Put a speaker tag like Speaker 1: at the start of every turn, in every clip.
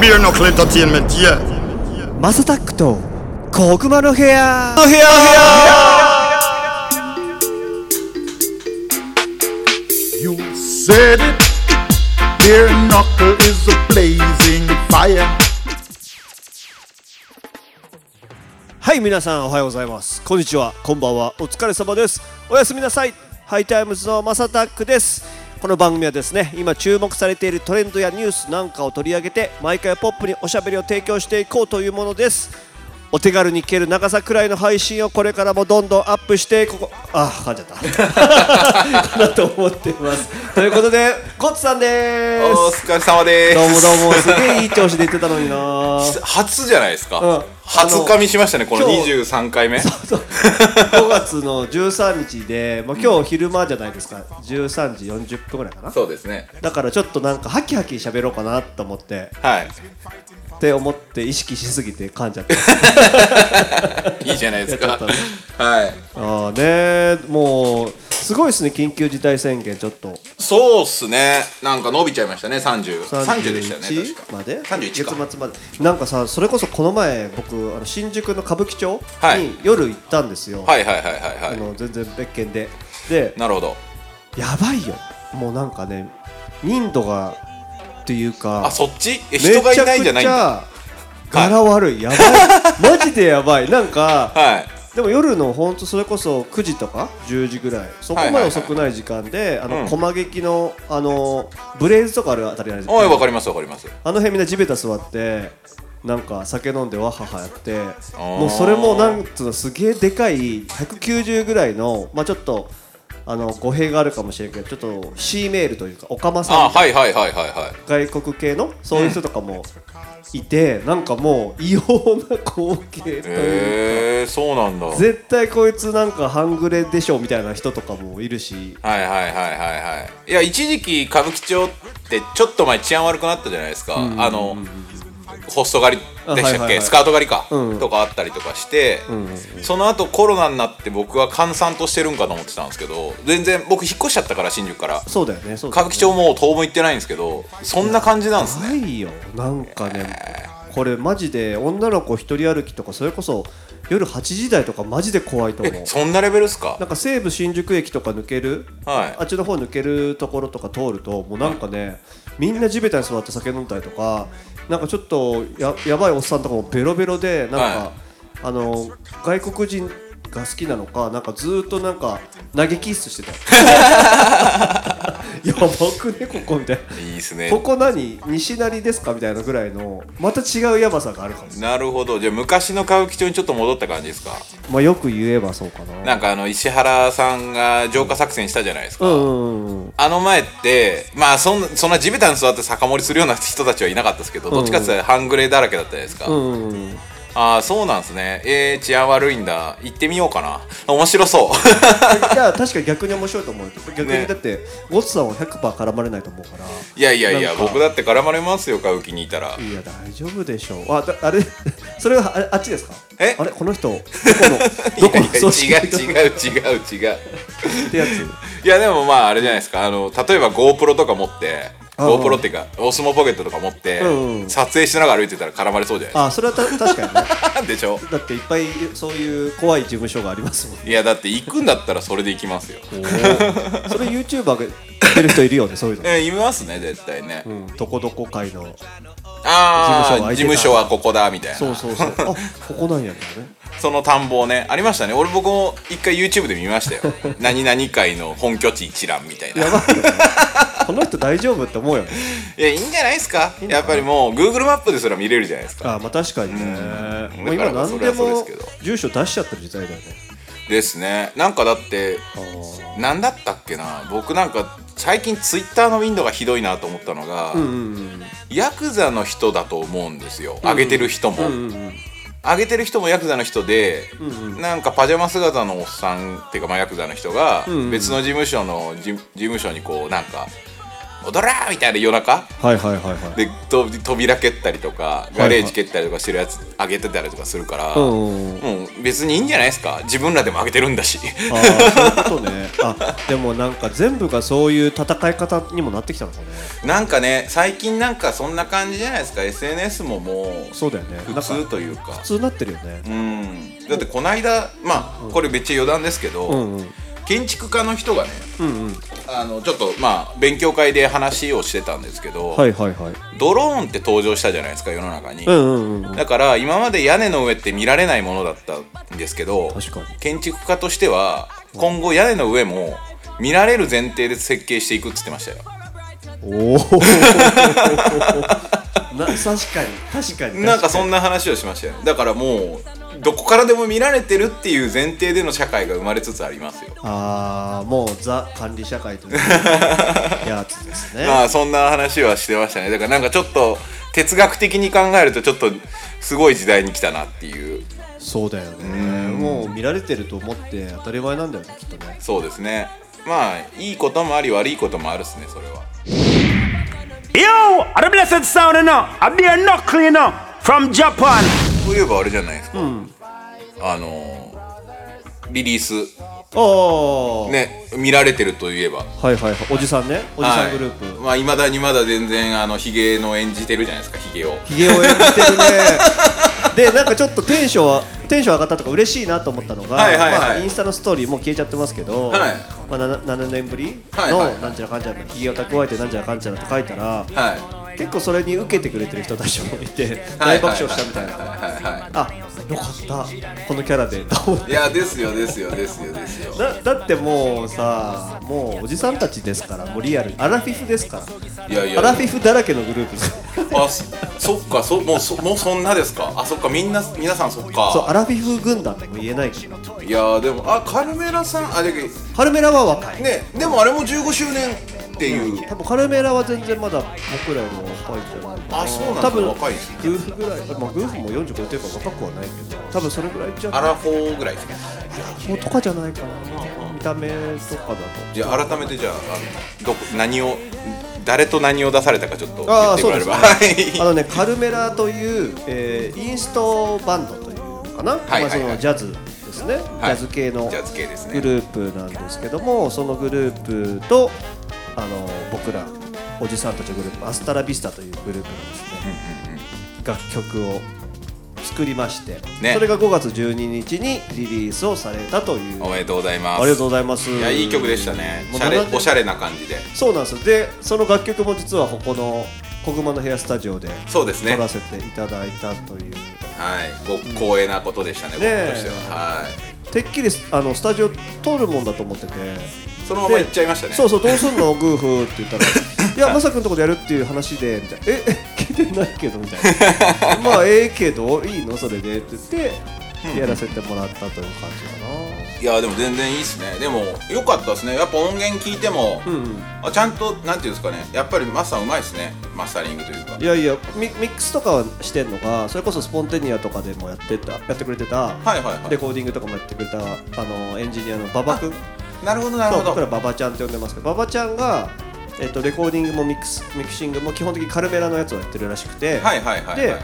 Speaker 1: ビルのクレタチエメティエ
Speaker 2: マサタックと小熊の部屋の部屋はい皆さんおはようございますこんにちはこんばんはお疲れ様ですおやすみなさいハイタイムズのマサタックですこの番組はですね今注目されているトレンドやニュースなんかを取り上げて毎回ポップにおしゃべりを提供していこうというものですお手軽に聞ける長さくらいの配信をこれからもどんどんアップしてここあー噛んじゃ ったかなと思っていますということでゴッツさんです
Speaker 3: お疲れ様です。
Speaker 2: どうもどうもすげえいい調子で言ってたのにな
Speaker 3: 初じゃないですか。
Speaker 2: うん
Speaker 3: 初噛みしましたね、この
Speaker 2: 今日
Speaker 3: 23回目。
Speaker 2: 5月の13日で、まあ、今日昼間じゃないですか13時40分ぐらいかな
Speaker 3: そうですね。
Speaker 2: だからちょっとなんかハキハキ喋ろうかなと思って
Speaker 3: はい。
Speaker 2: って思って意識しすぎて噛んじゃった
Speaker 3: いいじゃないです
Speaker 2: いや
Speaker 3: か。
Speaker 2: ちょっ
Speaker 3: はい。
Speaker 2: ああねもうすごいですね緊急事態宣言ちょっと
Speaker 3: そうっすね。なんか伸びちゃいましたね、30。30でしたよね、確か。
Speaker 2: まで
Speaker 3: 31か
Speaker 2: 月末までなんかさそれこそこの前僕あの新宿の歌舞伎町
Speaker 3: はい
Speaker 2: に夜行ったんですよ、
Speaker 3: はいはいはいは
Speaker 2: あ
Speaker 3: いは
Speaker 2: の全然別件でで
Speaker 3: い。なるほど。
Speaker 2: やばいよもうなんかね民度がっていうか
Speaker 3: あ、そっちえ人がいないんじゃないん
Speaker 2: めち
Speaker 3: だ。
Speaker 2: ゃくちゃ柄悪いやばい マジでやばいなんか
Speaker 3: はい。
Speaker 2: でも夜のほんとそれこそ9時とか10時ぐらいそこまで遅くない時間で、
Speaker 3: いはい
Speaker 2: あ
Speaker 3: うん
Speaker 2: の駒劇のあのブレイズとかあるあたりなんです
Speaker 3: おい、わかりますわかります。
Speaker 2: あの辺みんな地べた座ってなんか酒飲んでわははやって
Speaker 3: ー
Speaker 2: もうそれもなんつうのすげえでかい190ぐらいのまあちょっとあの語弊があるかもしれんけどちょっと C メールというかおかまさん
Speaker 3: あ、はいはいはいはいはい。
Speaker 2: 外国系のそういう人とかもいて、なんかもう異様な光景という、
Speaker 3: へえー、そうなんだ。はいはい
Speaker 2: 絶対こいつなんか半グレでしょみたいな人とかもいるし
Speaker 3: はいはいはいはい。いや、一時期歌舞伎町ってちょっと前治安悪くなったじゃないですか。あの、ホスト狩りでしたっけ、
Speaker 2: あはいはいはい
Speaker 3: スカート狩りか、
Speaker 2: うん
Speaker 3: とかあったりとかして、
Speaker 2: んうんうん
Speaker 3: その後コロナになって僕は閑散としてるんかと思ってたんですけど全然僕引っ越しちゃったから新宿から
Speaker 2: そうだよねそうだ
Speaker 3: 歌
Speaker 2: よ
Speaker 3: 舞
Speaker 2: ね
Speaker 3: 伎町もう遠も行ってないんですけどそんな感じなんですね
Speaker 2: ないよなんかねこれマジで女の子一人歩きとかそれこそ夜8時台とかマジで怖いと思う
Speaker 3: えそんなレベルっすか
Speaker 2: なんか西武新宿駅とか抜ける
Speaker 3: はい
Speaker 2: あっちの方抜けるところとか通るともうなんかねみんな地べたに座って酒飲んだりとかなんかちょっとややばいおっさんとかもベロベロでなんか、
Speaker 3: は
Speaker 2: あの外国人が好きなのかなんかずーっとなんか投げキッスして た やばくねここみたいない
Speaker 3: いっすね
Speaker 2: ここ何西成ですかみたいなぐらいのまた違うやばさがあるかもしれ
Speaker 3: なるほどじゃあ昔の歌舞伎町にちょっと戻った感じですか
Speaker 2: ない、まあ、よく言えばそうかな
Speaker 3: なんかあの石原さんが浄化作戦したじゃないですか、
Speaker 2: うんうんうんうん
Speaker 3: あの前って、まあそんそんな地べたに座って酒盛りするような人たちはいなかったですけど、どっちかっていうと半グレだらけだったじゃないですか。
Speaker 2: うんうんうん
Speaker 3: ああ、そうなんですね。えー、治安悪いんだ。行ってみようかな。面白そう。
Speaker 2: いや確かに逆に面白いと思うよ逆に
Speaker 3: ね
Speaker 2: だって、ゴッツさんは100%絡まれないと思うから
Speaker 3: いやいやいや、
Speaker 2: なんか
Speaker 3: 僕だって絡まれますよ、歌舞伎にいたら。
Speaker 2: いや大丈夫でしょうあだあれ それはあれあっちですか
Speaker 3: え
Speaker 2: あれこの人どこの どこの
Speaker 3: いやい
Speaker 2: 組織
Speaker 3: や
Speaker 2: の人
Speaker 3: 違う違う違う違う。
Speaker 2: ってやつ
Speaker 3: いや、でもまああれじゃないですか。あの、例えば GoPro とか持って、
Speaker 2: あー
Speaker 3: GoPro っていうか、お相撲ポケットとか持って、
Speaker 2: うんうん
Speaker 3: 撮影しながら歩いてたら絡まれそうじゃない
Speaker 2: あそれはた確かにね
Speaker 3: ですか。 でしょ
Speaker 2: だっていっぱいそういう怖い事務所がありますもん
Speaker 3: いや、だって行くんだったらそれで行きますよ。
Speaker 2: それ YouTuber がやってる人いるよねそういうの、
Speaker 3: えー、いますね、絶対ね。
Speaker 2: うん、どこどこ会の事務所は空い
Speaker 3: ああ
Speaker 2: てた
Speaker 3: 事務所はここだみたいな
Speaker 2: そうそう そうあここなんやみたいなね
Speaker 3: その田んぼをねありましたね俺僕も一回 YouTube で見ました よ何々会の本拠地一覧みたいない
Speaker 2: やばいよねこの人大丈夫って思うよね
Speaker 3: やいいんじゃないですか
Speaker 2: いいのかな
Speaker 3: やっぱりもう Google マップですら見れるじゃないですか
Speaker 2: あまあ確かにね、もう
Speaker 3: だか
Speaker 2: 今
Speaker 3: らまあ
Speaker 2: 何で
Speaker 3: それは
Speaker 2: も
Speaker 3: そうですけど
Speaker 2: 住所出しちゃってる時代だよね
Speaker 3: ですねなんかだって何だったっけな僕なんか最近 Twitter のウィンドウがひどいなと思ったのが、
Speaker 2: うんうん
Speaker 3: ヤクザの人だと思うんですよ上げてる人も、
Speaker 2: うんうんうん
Speaker 3: 上げてる人もヤクザの人で、
Speaker 2: ん
Speaker 3: なんかパジャマ姿のおっさんっていうか、まあ、ヤクザの人が
Speaker 2: んうん
Speaker 3: 別の事務所の事事務所にこうなんか踊らーみたいな夜中
Speaker 2: はいはいはいはい
Speaker 3: でと扉蹴ったりとかガレージ蹴ったりとかしてるやつ上げてたりとかするから、
Speaker 2: うん
Speaker 3: もう別にいいんじゃないですか自分らでも上げてるんだし
Speaker 2: ああそういうことねあでもなんか全部がそういう戦い方にもなってきたのかね
Speaker 3: なんかね最近なんかそんな感じじゃないですか SNS ももう
Speaker 2: そうだよねなん
Speaker 3: 普
Speaker 2: か
Speaker 3: 通
Speaker 2: 普
Speaker 3: というか
Speaker 2: 通になってるよね
Speaker 3: うんだってこの間まあこれめっちゃ余談ですけど、
Speaker 2: うんうん
Speaker 3: 建築家の人がね
Speaker 2: うんうん
Speaker 3: あのちょっとまあ勉強会で話をしてたんですけど、
Speaker 2: はいはいはい
Speaker 3: ドローンって登場したじゃないですか世の中に、
Speaker 2: うんうんうん
Speaker 3: だから今まで屋根の上って見られないものだったんですけど
Speaker 2: 確かに
Speaker 3: 建築家としては今後屋根の上も見られる前提で設計していくっつってましたよ
Speaker 2: おお な確かに確かに
Speaker 3: なんかそんな話をしましたよねだからもうどこからでも見られてるっていう前提での社会が生まれつつありますよ
Speaker 2: ああもうザ管理社会 というやつですね
Speaker 3: まあそんな話はしてましたねだからなんかちょっと哲学的に考えるとちょっとすごい時代に来たなっていう
Speaker 2: そうだよねもう見られてると思って当たり前なんだよねきっとね
Speaker 3: そうですねまあいいこともあり悪いこともあるっすねそれは
Speaker 4: Yo, I'm blessed sound now. I'm the knuckle now from Japan.
Speaker 3: そういえばあれじゃないですか、あのーリリース
Speaker 2: ああ、
Speaker 3: ね見られてるといえば
Speaker 2: はいはいはいおじさんねおじさんグループ、
Speaker 3: はいまあいまだにまだ全然あのヒゲの演じてるじゃないですかヒゲを
Speaker 2: ヒゲを演じてるね でなんかちょっとテンションはテンション上がったとか嬉しいなと思ったのが、
Speaker 3: はいはいはい
Speaker 2: まあ、インスタのストーリーもう消えちゃってますけど、
Speaker 3: はい
Speaker 2: まあ、な7年ぶり
Speaker 3: はい
Speaker 2: の
Speaker 3: はい
Speaker 2: なんちゃらかんちゃらヒゲを蓄えてなんちゃらかんちゃらって書いたら、
Speaker 3: は
Speaker 2: 結構それに受けてくれてる人たちもいて
Speaker 3: い
Speaker 2: 大爆笑したみたいな、
Speaker 3: はいはいはいは
Speaker 2: あよかったこのキャラで と思っ
Speaker 3: いい
Speaker 2: て
Speaker 3: やですよですよですよですよ
Speaker 2: だだってもうさもうおじさんたちですからもうリアルアラフィフですから
Speaker 3: いやいや
Speaker 2: アラフィフだらけのグループです
Speaker 3: あそそっかそもうそもうそんなですかあそっかみんな皆さんそっ
Speaker 2: そう
Speaker 3: か
Speaker 2: アラフィフ軍団とも言えないけど
Speaker 3: いやーでもあカルメラさんあで
Speaker 2: カルメラは若い
Speaker 3: ねでもあれも15周年っていう、
Speaker 2: 多分カルメラは全然まだ僕らよりも若いんじゃないか
Speaker 3: あそうなんだ
Speaker 2: 多分
Speaker 3: 若いんですね
Speaker 2: グーフぐらいまあグーフも45というか若くはないけど多分それぐらいじゃ
Speaker 3: ア
Speaker 2: な
Speaker 3: ラフォーぐらいですね
Speaker 2: いもうとかじゃないかな見た目とかだと
Speaker 3: じゃあ改めてじゃああのどこ何を誰と何を出されたかちょっと言
Speaker 2: あ
Speaker 3: っ
Speaker 2: あ
Speaker 3: て
Speaker 2: そ
Speaker 3: も
Speaker 2: う
Speaker 3: らえ
Speaker 2: で
Speaker 3: れ
Speaker 2: すねあ
Speaker 3: ばは
Speaker 2: の
Speaker 3: い
Speaker 2: ねカルメラという、えーインストバンドというのかな、
Speaker 3: はいはいはい
Speaker 2: まあ、そのジャズですね、
Speaker 3: はい
Speaker 2: ジャズ系の
Speaker 3: ジャズ系です
Speaker 2: グ
Speaker 3: ね
Speaker 2: ループなんですけどもそのグループとあの僕らおじさんたちのグループアスタラビスタというグループがですね、楽曲を作りまして、
Speaker 3: ね
Speaker 2: それが5月12日にリリースをされたという
Speaker 3: おめでとうございます
Speaker 2: ありがとうございます
Speaker 3: いやいい曲でしたね
Speaker 2: もう
Speaker 3: しゃれ
Speaker 2: 並んで
Speaker 3: おしゃれな感じで
Speaker 2: そうなんですよでその楽曲も実はここの小熊のヘアスタジオで
Speaker 3: そうですね
Speaker 2: 撮らせていただいたという、
Speaker 3: はいご光栄なことでしたね、
Speaker 2: ねえ
Speaker 3: 僕としてははい
Speaker 2: てっきりあのスタジオ撮るもんだと思ってて
Speaker 3: そのまま行っちゃいましたね
Speaker 2: でそうそうどうすんのグーフーって言った ら「いやまさくんとこでやるっていう話で」みたいな「ええ聞いてないけど」みた いな「まあええけどいいのそれで」って言ってやらせてもらったという感じ
Speaker 3: いやでも全然いいですねでも良かったですねやっぱ音源聞いても、
Speaker 2: かなうんうん
Speaker 3: あちゃんとなんていうんですかねやっぱりマスターうまいですねマスタリングというか
Speaker 2: いやいやミミックスとかはしてんのがそれこそスポンテニアとかでもやってたやってくれてた、
Speaker 3: はいはいは
Speaker 2: レコーディングとかもやってくれたあのエンジニアの馬場君
Speaker 3: いなるほどなる
Speaker 2: そう
Speaker 3: ほ
Speaker 2: 僕ら
Speaker 3: ど
Speaker 2: 馬場ちゃんって呼んでますけど馬場ちゃんが、えっとレコーディングもミックスミクシングも基本的にカルメラのやつをやってるらしくて、
Speaker 3: はいはいはいはい
Speaker 2: で
Speaker 3: はい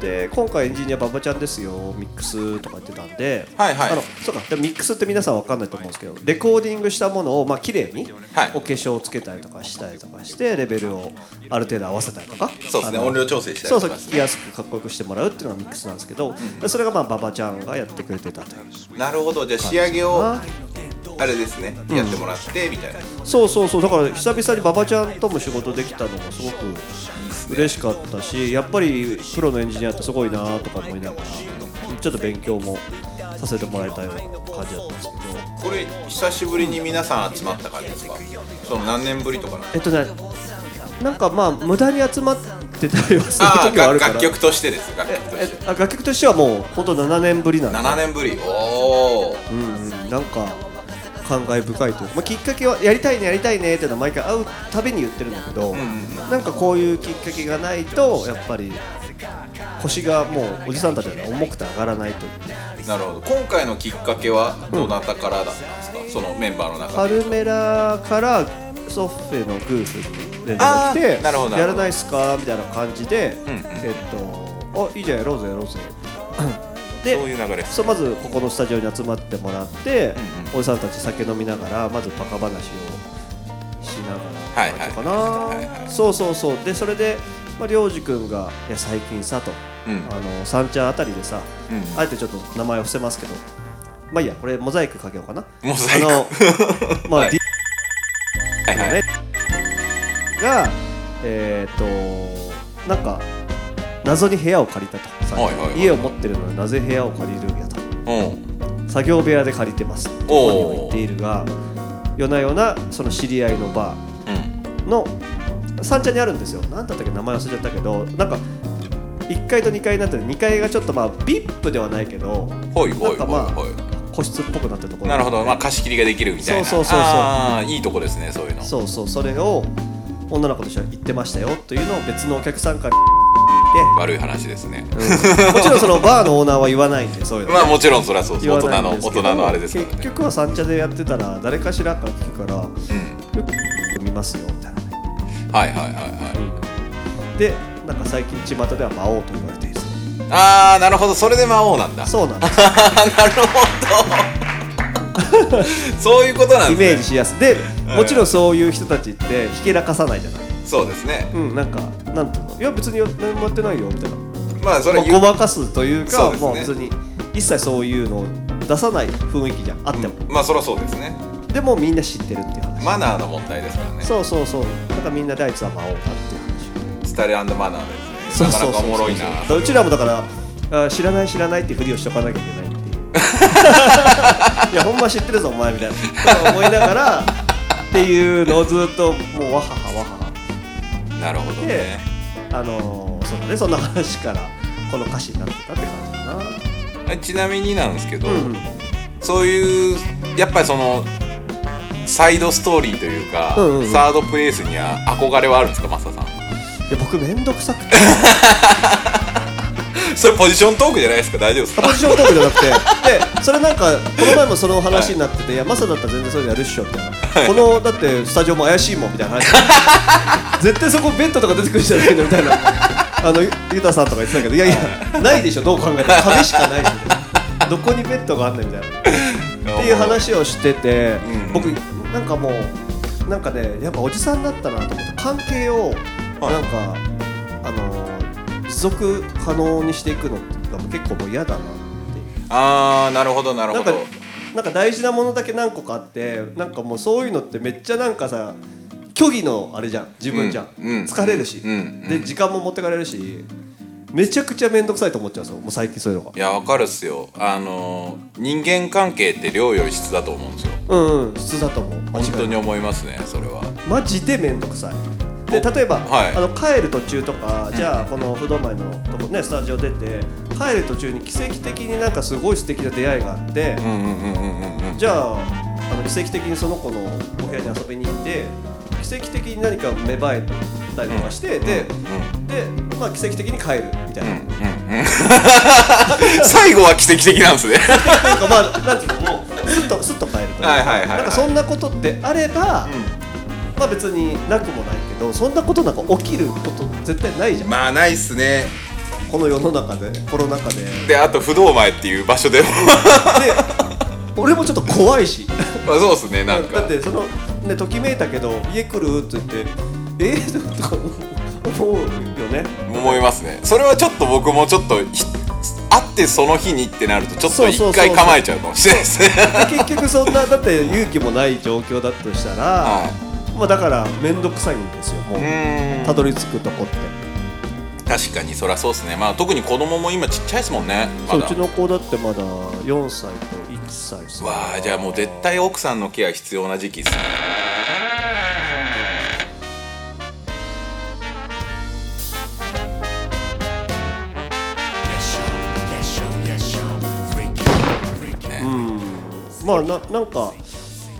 Speaker 2: で今回エンジニア馬場ちゃんですよミックスとか言ってたんで、
Speaker 3: はいはい
Speaker 2: あのそうかでもミックスって皆さんわかんないと思うんですけどレコーディングしたものをまあ綺麗に、
Speaker 3: はい
Speaker 2: お化粧をつけたりとかしたりとかしてレベルをある程度合わせたりとか
Speaker 3: そうですね
Speaker 2: あの
Speaker 3: 音量調整した
Speaker 2: そ
Speaker 3: り
Speaker 2: うそ
Speaker 3: と
Speaker 2: う
Speaker 3: か
Speaker 2: 聞
Speaker 3: です
Speaker 2: き
Speaker 3: ね
Speaker 2: やすくかっこよくしてもらうっていうのがミックスなんですけど、それがまあ馬場ちゃんがやってくれてたという。
Speaker 3: なるほどじゃあ仕上げをあれですね、やってもらってみたいな
Speaker 2: そうそうそうだから久々に馬場ちゃんとも仕事できたのがすごく嬉しかったしやっぱりプロのエンジニアってすごいなとか思いながらちょっと勉強もさせてもらえたような感じだったんですけど
Speaker 3: これ久しぶりに皆さん集まった感じですかその何年ぶりとかな
Speaker 2: えっとねなんかまあ無駄に集まってたりはする
Speaker 3: ああ
Speaker 2: 時はあ
Speaker 3: 楽
Speaker 2: るから
Speaker 3: 楽曲としてです楽曲と
Speaker 2: え
Speaker 3: して
Speaker 2: あ楽曲としてはもうほんと7年ぶりなんで
Speaker 3: 7年ぶりおお
Speaker 2: うんうん、なんか感慨深いというか、まあ、きっかけはやりたいねやりたいねっていうのは毎回会うたびに言ってるんだけど、なんかこういうきっかけがないとやっぱり腰がもうおじさんたちは重くて上がらないという
Speaker 3: なるほど今回のきっかけはどなたからだったんですか、そのメンバーの中
Speaker 2: パ
Speaker 3: で
Speaker 2: ルメラからソッフェのグーフっていう連絡が来て
Speaker 3: あーなるほどなるほど
Speaker 2: やらないっすかみたいな感じで、
Speaker 3: んうん
Speaker 2: えっとあいいじゃんやろうぜやろうぜ で
Speaker 3: そういう流れです
Speaker 2: そうまずここのスタジオに集まってもらって、おじさんたち酒飲みながらまずバカ話をしなが
Speaker 3: はい
Speaker 2: ら
Speaker 3: はい
Speaker 2: とかな、
Speaker 3: はいはい
Speaker 2: そうそうそうでそれで、まあ、りょうじくんが「いや最近さ」と、
Speaker 3: うん
Speaker 2: あの三茶あたりでさ、
Speaker 3: うん
Speaker 2: あえてちょっと名前を伏せますけどまあいいやこれモザイクかけようかな
Speaker 3: モザイク
Speaker 2: あの まあ、
Speaker 3: はい
Speaker 2: D
Speaker 3: はいはい
Speaker 2: ねがえっ、となんか謎に部屋を借りたと、
Speaker 3: はいはいはい
Speaker 2: 家を持ってるのになぜ部屋を借りるんやと
Speaker 3: うん
Speaker 2: 作業部屋で借りてますと本人は言っているが夜な夜なその知り合いのバ
Speaker 3: うん
Speaker 2: ーの三茶にあるんですよ何だったっけ名前忘れちゃったけどなんか1階と2階になってて2階がちょっとまあ VIP ではないけど
Speaker 3: ほいほ
Speaker 2: ないんか
Speaker 3: ほい
Speaker 2: まあ
Speaker 3: ほい
Speaker 2: 個室っぽくなってるところ
Speaker 3: なるほど、まあ、貸し切りができるみたいな
Speaker 2: そうそうそうそう
Speaker 3: あーいいとこですねそういうの
Speaker 2: そうそうそれを女の子と一緒に行ってましたよというのを別のお客さんから
Speaker 3: 悪い話ですね、
Speaker 2: 聞いて、もちろんそのバーのオーナーは言わないんでそういうの、
Speaker 3: まあもちろんそれはそう
Speaker 2: 言
Speaker 3: 大
Speaker 2: わ
Speaker 3: 人
Speaker 2: ないん
Speaker 3: の大
Speaker 2: ですけど
Speaker 3: 人のあれですから
Speaker 2: 結
Speaker 3: ね
Speaker 2: 局は三茶でやってたら誰かしらから聞くからよ
Speaker 3: うん
Speaker 2: く見ますよみたいなね
Speaker 3: はいはいはいは
Speaker 2: でなんか最近巷では魔王と言われている
Speaker 3: いああなるほどそれで魔王なんだ
Speaker 2: そうなんです
Speaker 3: あ なるほ どそういうことなん
Speaker 2: イメー
Speaker 3: で
Speaker 2: ジ
Speaker 3: す
Speaker 2: しやすいでもちろんそういう人たちってひけらかさないじゃない
Speaker 3: ねそうですね
Speaker 2: うんなんかなんていうのいや別に何もやってないよみたいな、
Speaker 3: まあそれ
Speaker 2: まあ、
Speaker 3: 言
Speaker 2: ご
Speaker 3: う
Speaker 2: まかすという
Speaker 3: そう
Speaker 2: か
Speaker 3: ですね
Speaker 2: もう別に一切そういうのを出さない雰囲気じゃんあっても、
Speaker 3: まあそりゃそうですね
Speaker 2: でもみんな知ってるっていう話、
Speaker 3: マナーの問題ですからね
Speaker 2: そうそうそうだからみんなであいつは魔王だっていう話
Speaker 3: スタイルマナーです
Speaker 2: そ
Speaker 3: ね
Speaker 2: う
Speaker 3: なか
Speaker 2: そうそう
Speaker 3: なかおもろいな
Speaker 2: そううちらもだからあ知らない知らないってふりをしとかなきゃいけないっていう いやほんま知ってるぞお前みたいなとか思いながらっていうのをずっともうわははわはは
Speaker 3: なるほど
Speaker 2: で
Speaker 3: ね
Speaker 2: あのー、そうだねそんな話からこの歌詞になってたって感じだな
Speaker 3: あちなみになんですけど、
Speaker 2: うんうん
Speaker 3: そういうやっぱりそのサイドストーリーというか、
Speaker 2: うんうんうん
Speaker 3: サードプレイスには憧れはあるんですかマサさん
Speaker 2: で僕めんどくさくて
Speaker 3: それポジショントークじゃないですか大丈夫です
Speaker 2: ポ
Speaker 3: か
Speaker 2: ジショントークじゃなくてでそれなんかこの前もその話になってて、い、やマサだったら全然それやるっしょみたいな、このだってスタジオも怪しいもんみたいな話絶対そこベッドとか出てくるんじゃないのみたいなあのゆゆたさんとか言ってたけどいやいやないでしょどう考えても壁しかないしどこにベッドがあんねんみたいなっていう話をしてて、
Speaker 3: うん
Speaker 2: 僕なんかもうなんかねやっぱおじさんだったなと思って関係を
Speaker 3: はい
Speaker 2: なんか、あの持続可能にしていくのが結構もう嫌だなって
Speaker 3: ああなるほどな
Speaker 2: な
Speaker 3: るほ
Speaker 2: んか
Speaker 3: ど
Speaker 2: なんか大事なものだけ何個かあってなんかもうそういうのってめっちゃなんかさ虚偽のあれじゃん自分じゃん、
Speaker 3: うんうん
Speaker 2: 疲れるし、
Speaker 3: うんうん
Speaker 2: で時間も持ってかれるしめちゃくちゃ面倒くさいと思っちゃうんですよもう最近そういうのが
Speaker 3: い。やわかるっすよあのー人間関係って量より質だと思うんですよ
Speaker 2: うんうん普通だと思う間違い
Speaker 3: 本
Speaker 2: ない
Speaker 3: 当に思いますねそれは
Speaker 2: マジで面倒くさいで例えば、
Speaker 3: はい
Speaker 2: あの帰る途中とかじゃあこの不動前のとこねスタジオ出て帰る途中に奇跡的になんかすごい素敵な出会いがあって、
Speaker 3: うんうんうんうんうんうん
Speaker 2: じゃああの奇跡的にその子のお部屋に遊びに行って奇跡的に何か芽生えたりとかして、で、で、まあ、奇跡的に帰るみたいな、なん
Speaker 3: 最後は奇跡的なんですね
Speaker 2: かまあなんていうのもうすっとすっ と帰るというか
Speaker 3: はいはいはいはい
Speaker 2: なんかそんなことってあれば、まあ別になくもないけどそんなことなんか起きること絶対ないじゃん
Speaker 3: まあないっすね
Speaker 2: この世の中でコロナ 禍でで
Speaker 3: であと不動前っていう場所でも
Speaker 2: 俺もちょっと怖いし
Speaker 3: まあそうっすねなん
Speaker 2: だ
Speaker 3: か
Speaker 2: ってそのねときめいたけど家来るって言ってえー、とか思うよね
Speaker 3: 思いますねそれはちょっと僕もちょっとひ会ってその日にってなるとちょっ
Speaker 2: そ
Speaker 3: と
Speaker 2: うそうそう
Speaker 3: 一回構えちゃうかもしれないですね
Speaker 2: で結局そんなだって勇気もない状況だとしたら、
Speaker 3: は
Speaker 2: まあだから面倒くさいんですよもう
Speaker 3: うーん
Speaker 2: たどり着くとこって、
Speaker 3: 確かにそりゃそうっすねまあ特に子供も今ちっちゃいっすもんねま
Speaker 2: そうう
Speaker 3: だ
Speaker 2: ちの子だってまだ4歳と1歳ですから
Speaker 3: わあじゃあもう絶対奥さんのケア必要な時期っすね
Speaker 2: まあななんか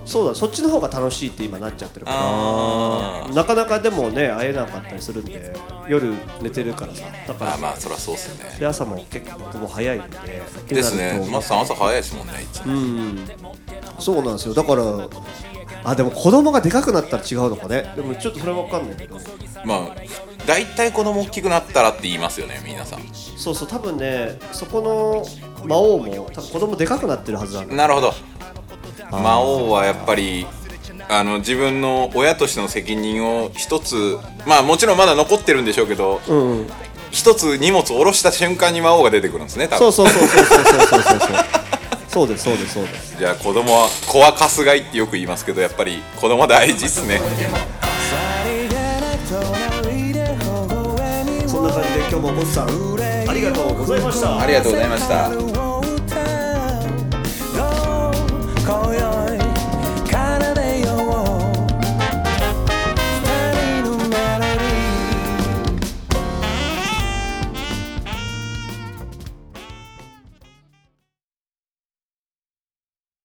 Speaker 2: そうだそっちの方が楽しいって今なっちゃってるから
Speaker 3: あー
Speaker 2: なかなかでもね会えなかったりするんで夜寝てるからさだか
Speaker 3: まあ
Speaker 2: ら、
Speaker 3: まあそりゃそうっすね
Speaker 2: で朝も結構僕も早いんで
Speaker 3: で
Speaker 2: っ
Speaker 3: す
Speaker 2: てなる
Speaker 3: ね
Speaker 2: と
Speaker 3: マスさん朝早いですもんねいつも
Speaker 2: そうなんですよだからあでも子供がでかくなったら違うのかねでもちょっとそれは分かんないけど
Speaker 3: まあ大体子供大きくなったらって言いますよね皆さん
Speaker 2: そうそう多分ねそこの魔王も多分子供でかくなってるはずなんだ
Speaker 3: なるほど魔王はやっぱりあの自分の親としての責任を一つまあもちろんまだ残ってるんでしょうけど
Speaker 2: うん、うん、
Speaker 3: 一つ荷物を下ろした瞬間に魔王が出てくるんですね多
Speaker 2: そう
Speaker 3: 分
Speaker 2: そうそうそうそうそうそうそうそうですそうですそうです
Speaker 3: じゃあ子供は子はかすがいってよく言いますけどやっぱり子供大事っすね
Speaker 2: そんな感じで今日もごっさんありがとうございました
Speaker 3: ありがとうございました
Speaker 5: 「